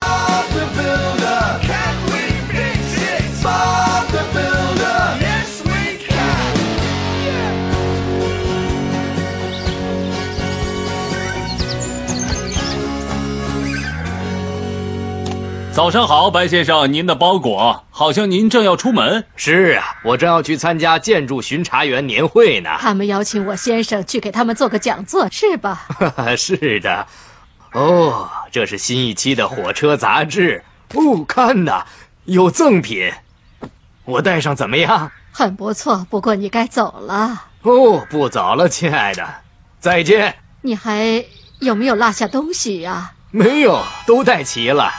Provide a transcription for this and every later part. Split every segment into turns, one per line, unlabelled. Bob the Builder. Can we fix it? Bob the Builder. Yes, we can.
“早上好，白先生，您的包裹，好像您正要出门。
是啊，我正要去参加建筑巡查员年会呢。
他们邀请我先生去给他们做个讲座，是吧？
是的，哦，这是新一期的火车杂志。哦，看呐，有赠品，我带上怎么样？
很不错，不过你该走了。
哦，不早了，亲爱的，再见。
你还有没有落下东西呀、
没有，都带齐了。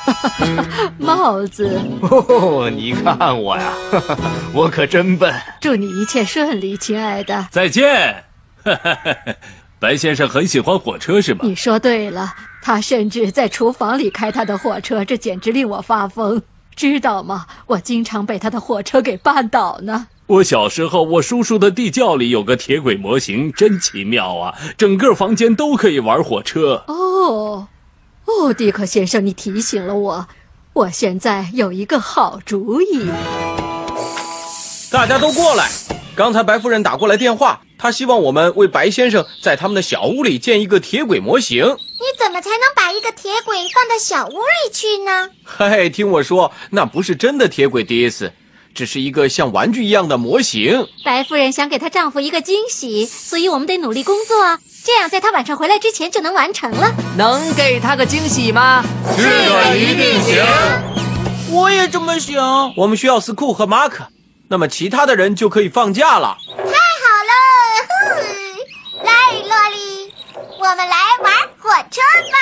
帽子。
哦，你看我呀， 我可真笨。
祝你一切顺利，亲爱的”。
再见。 白先生很喜欢火车是吧？
你说对了，他甚至在厨房里开他的火车，这简直令我发疯，知道吗？我经常被他的火车给绊倒呢。
我小时候，我叔叔的地窖里有个铁轨模型，真奇妙啊！整个房间都可以玩火车。
哦，哦，迪克先生，你提醒了我，我现在有一个好主意。
大家都过来。刚才白夫人打过来电话，她希望我们为白先生在他们的小屋里建一个铁轨模型。
你怎么才能把一个铁轨放到小屋里去呢？
嘿，听我说，那不是真的铁轨迪斯，只是一个像玩具一样的模型。
白夫人想给她丈夫一个惊喜，所以我们得努力工作啊，这样在她晚上回来之前就能完成了。
能给他个惊喜吗？
这个啊一定行。我也这么想。我们需要斯库和马克，那么其他的人就可以放假了。
太好了，哼来，洛丽，我们来玩火车吧！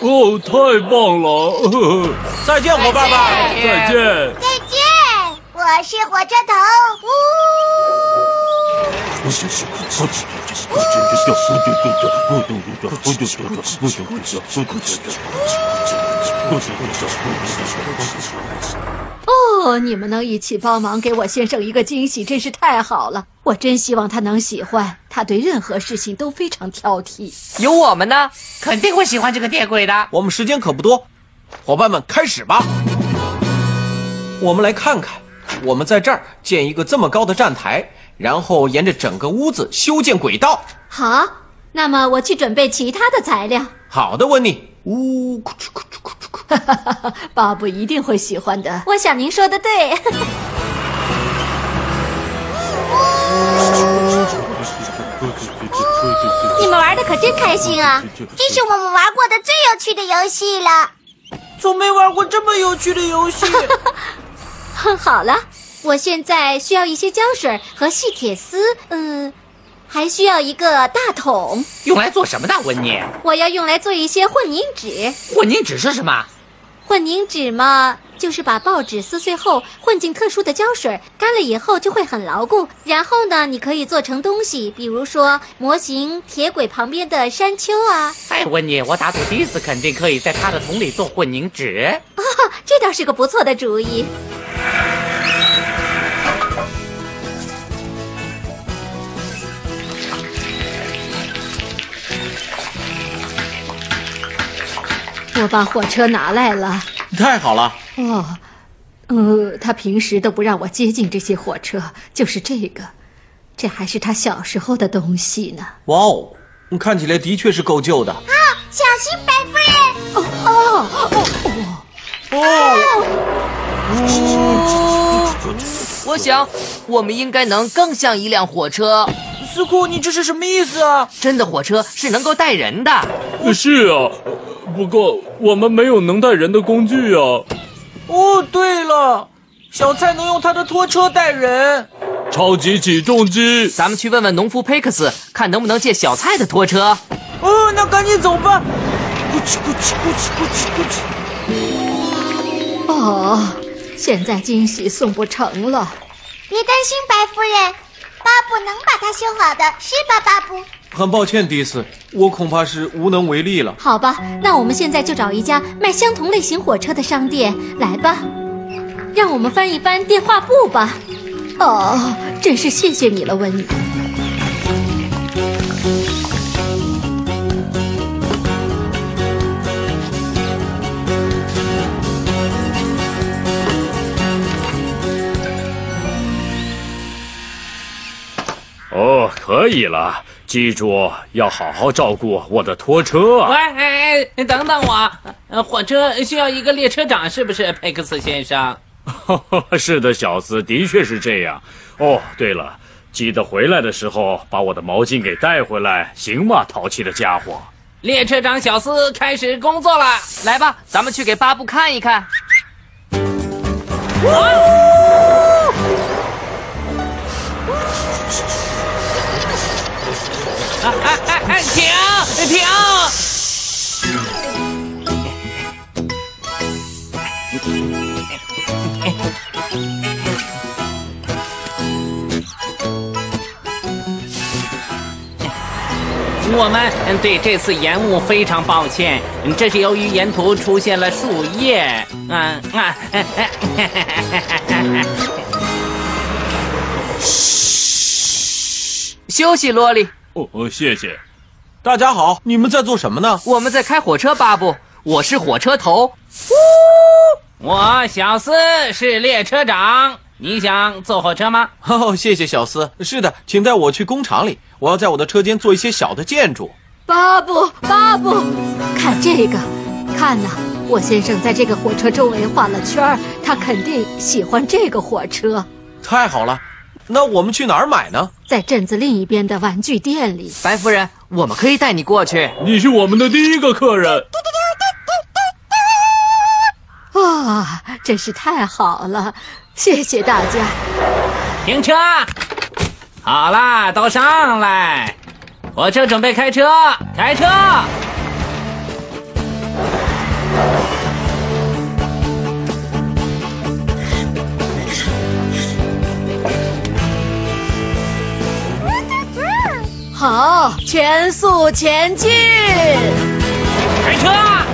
哦，太棒了！
再见，伙伴们。
再见。
再见，哎我是火车头。呜，
哦，你们能一起帮忙给我先生一个惊喜，真是太好了！我真希望他能喜欢。他对任何事情都非常挑剔。
有我们呢，肯定会喜欢这个铁轨的。
我们时间可不多，伙伴们，开始吧。我们来看看，我们在这儿建一个这么高的站台，然后沿着整个屋子修建轨道。
好，那么我去准备其他的 材料。
好的，温妮。呜，咕哧咕哧咕哧咕哧
巴布一定会喜欢的。
我想您说的对。 你们玩的可真开心啊！这是我们玩过的最有趣的游戏了。
从没玩过这么有趣的游戏。
哼，好了，我现在需要一些胶水和细铁丝，嗯，还需要一个大桶，
用来做什么的？温妮，
我要用来做一些混凝纸。
混凝纸是什么？
混凝纸嘛，就是把报纸撕碎后混进特殊的胶水，干了以后就会很牢固。然后呢，你可以做成东西，比如说模型铁轨旁边的山丘啊，
哎，温妮，我打赌迪斯肯定可以在他的桶里做混凝纸。
这倒是个不错的主意。
我把火车拿来了。
太好了，
哦，呃，他平时都不让我接近这些火车，就是这个，这还是他小时候的东西呢。
哇哦，看起来的确是够旧的。
小心，白夫人！
哦
我想，我们应该能更像一辆火车。
斯库，你这是什么意思啊？
真的火车是能够带人的。
是啊，不过我们没有能带人的工具啊。
哦，对了，小蔡能用他的拖车带人。
超级起重机，
咱们去问问农夫佩克斯，看能不能借小蔡的拖车。
哦，那赶紧走吧。
哦，现在惊喜送不成了。
别担心，白夫人，巴布能把它修好的，是吧，巴布？
很抱歉，迪斯，我恐怕是无能为力了。
好吧，那我们现在就找一家卖相同类型火车的商店，来吧。让我们翻一翻电话簿吧。
哦，真是谢谢你了，温妮。
哦，可以了，记住要好好照顾我的拖车
喂，
啊！
哎哎，等等我啊，呃，火车需要一个列车长，是不是，佩克斯先生？
是的，小斯，的确是这样。哦，对了，记得回来的时候把我的毛巾给带回来，行吗？淘气的家伙。
列车长小斯开始工作了。
来吧，咱们去给巴布看一看。
哎哎哎，停停！我们对这次延误非常抱歉，这是由于沿途出现了树叶。嗯啊，
休息，萝莉，
哦哦，谢谢。
大家好，你们在做什么呢？
我们在开火车，巴布，我是火车头。
我小斯是列车长，你想坐火车吗？
哦，谢谢小斯。是的，请带我去工厂里，我要在我的车间做一些小的建筑。
巴布，巴布，看这个，看呐、我先生在这个火车周围画了圈儿，他肯定喜欢这个火车。
太好了，那我们去哪儿买呢？
在镇子另一边的玩具店里，
白夫人，我们可以带你过去。
你是我们的第一个客人。
啊，真是太好了，谢谢大家。
停车！好啦，都上来，火车准备开车，开车！
好，全速前进。
开车！啊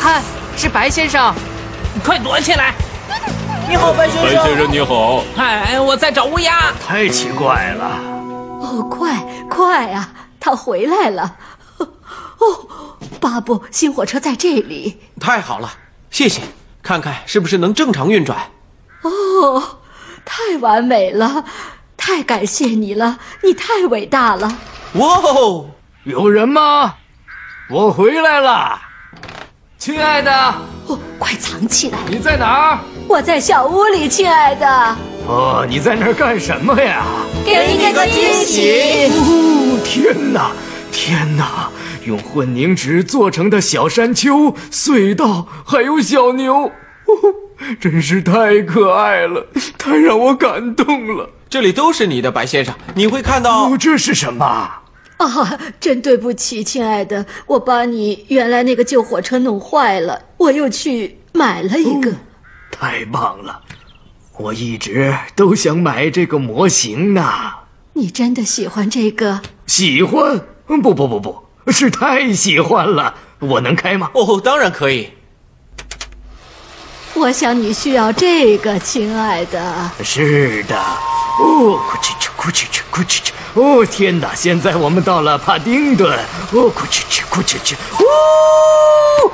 看，是白先生。
快躲起来！你好，白先
白先生你好，
哎，我在找乌鸦。
太奇怪了。
哦，快快啊，他回来了。哦，巴布，新火车在这里。
太好了，谢谢。看看是不是能正常运转？
哦，太完美了，太感谢你了，你太伟大了。
哇哦！
有人吗？我回来了，
亲爱的，
哦，快藏起来！
你在哪儿？
我在小屋里，亲爱的，
哦，你在那儿干什么呀？
给你个惊喜。
哦，天哪，天哪！用混凝土做成的小山丘、隧道，还有小牛， 哦，真是太可爱了，太让我感动了。
这里都是你的，白先生，你会看到
嗯
哦，这是什么？
啊，真对不起，亲爱的，我把你原来那个旧火车弄坏了，我又去买了一个。
太棒了！我一直都想买这个模型呢。
你真的喜欢这个？
喜欢？不不不不，是太喜欢了。我能开吗？
哦，当然可以。
我想你需要这个，亲爱的。
是的。哦，咕哧哧，咕哧哧，咕哧哧。哦，天哪！现在我们到了帕丁顿。哦，咕哧哧，咕哧哧。哦，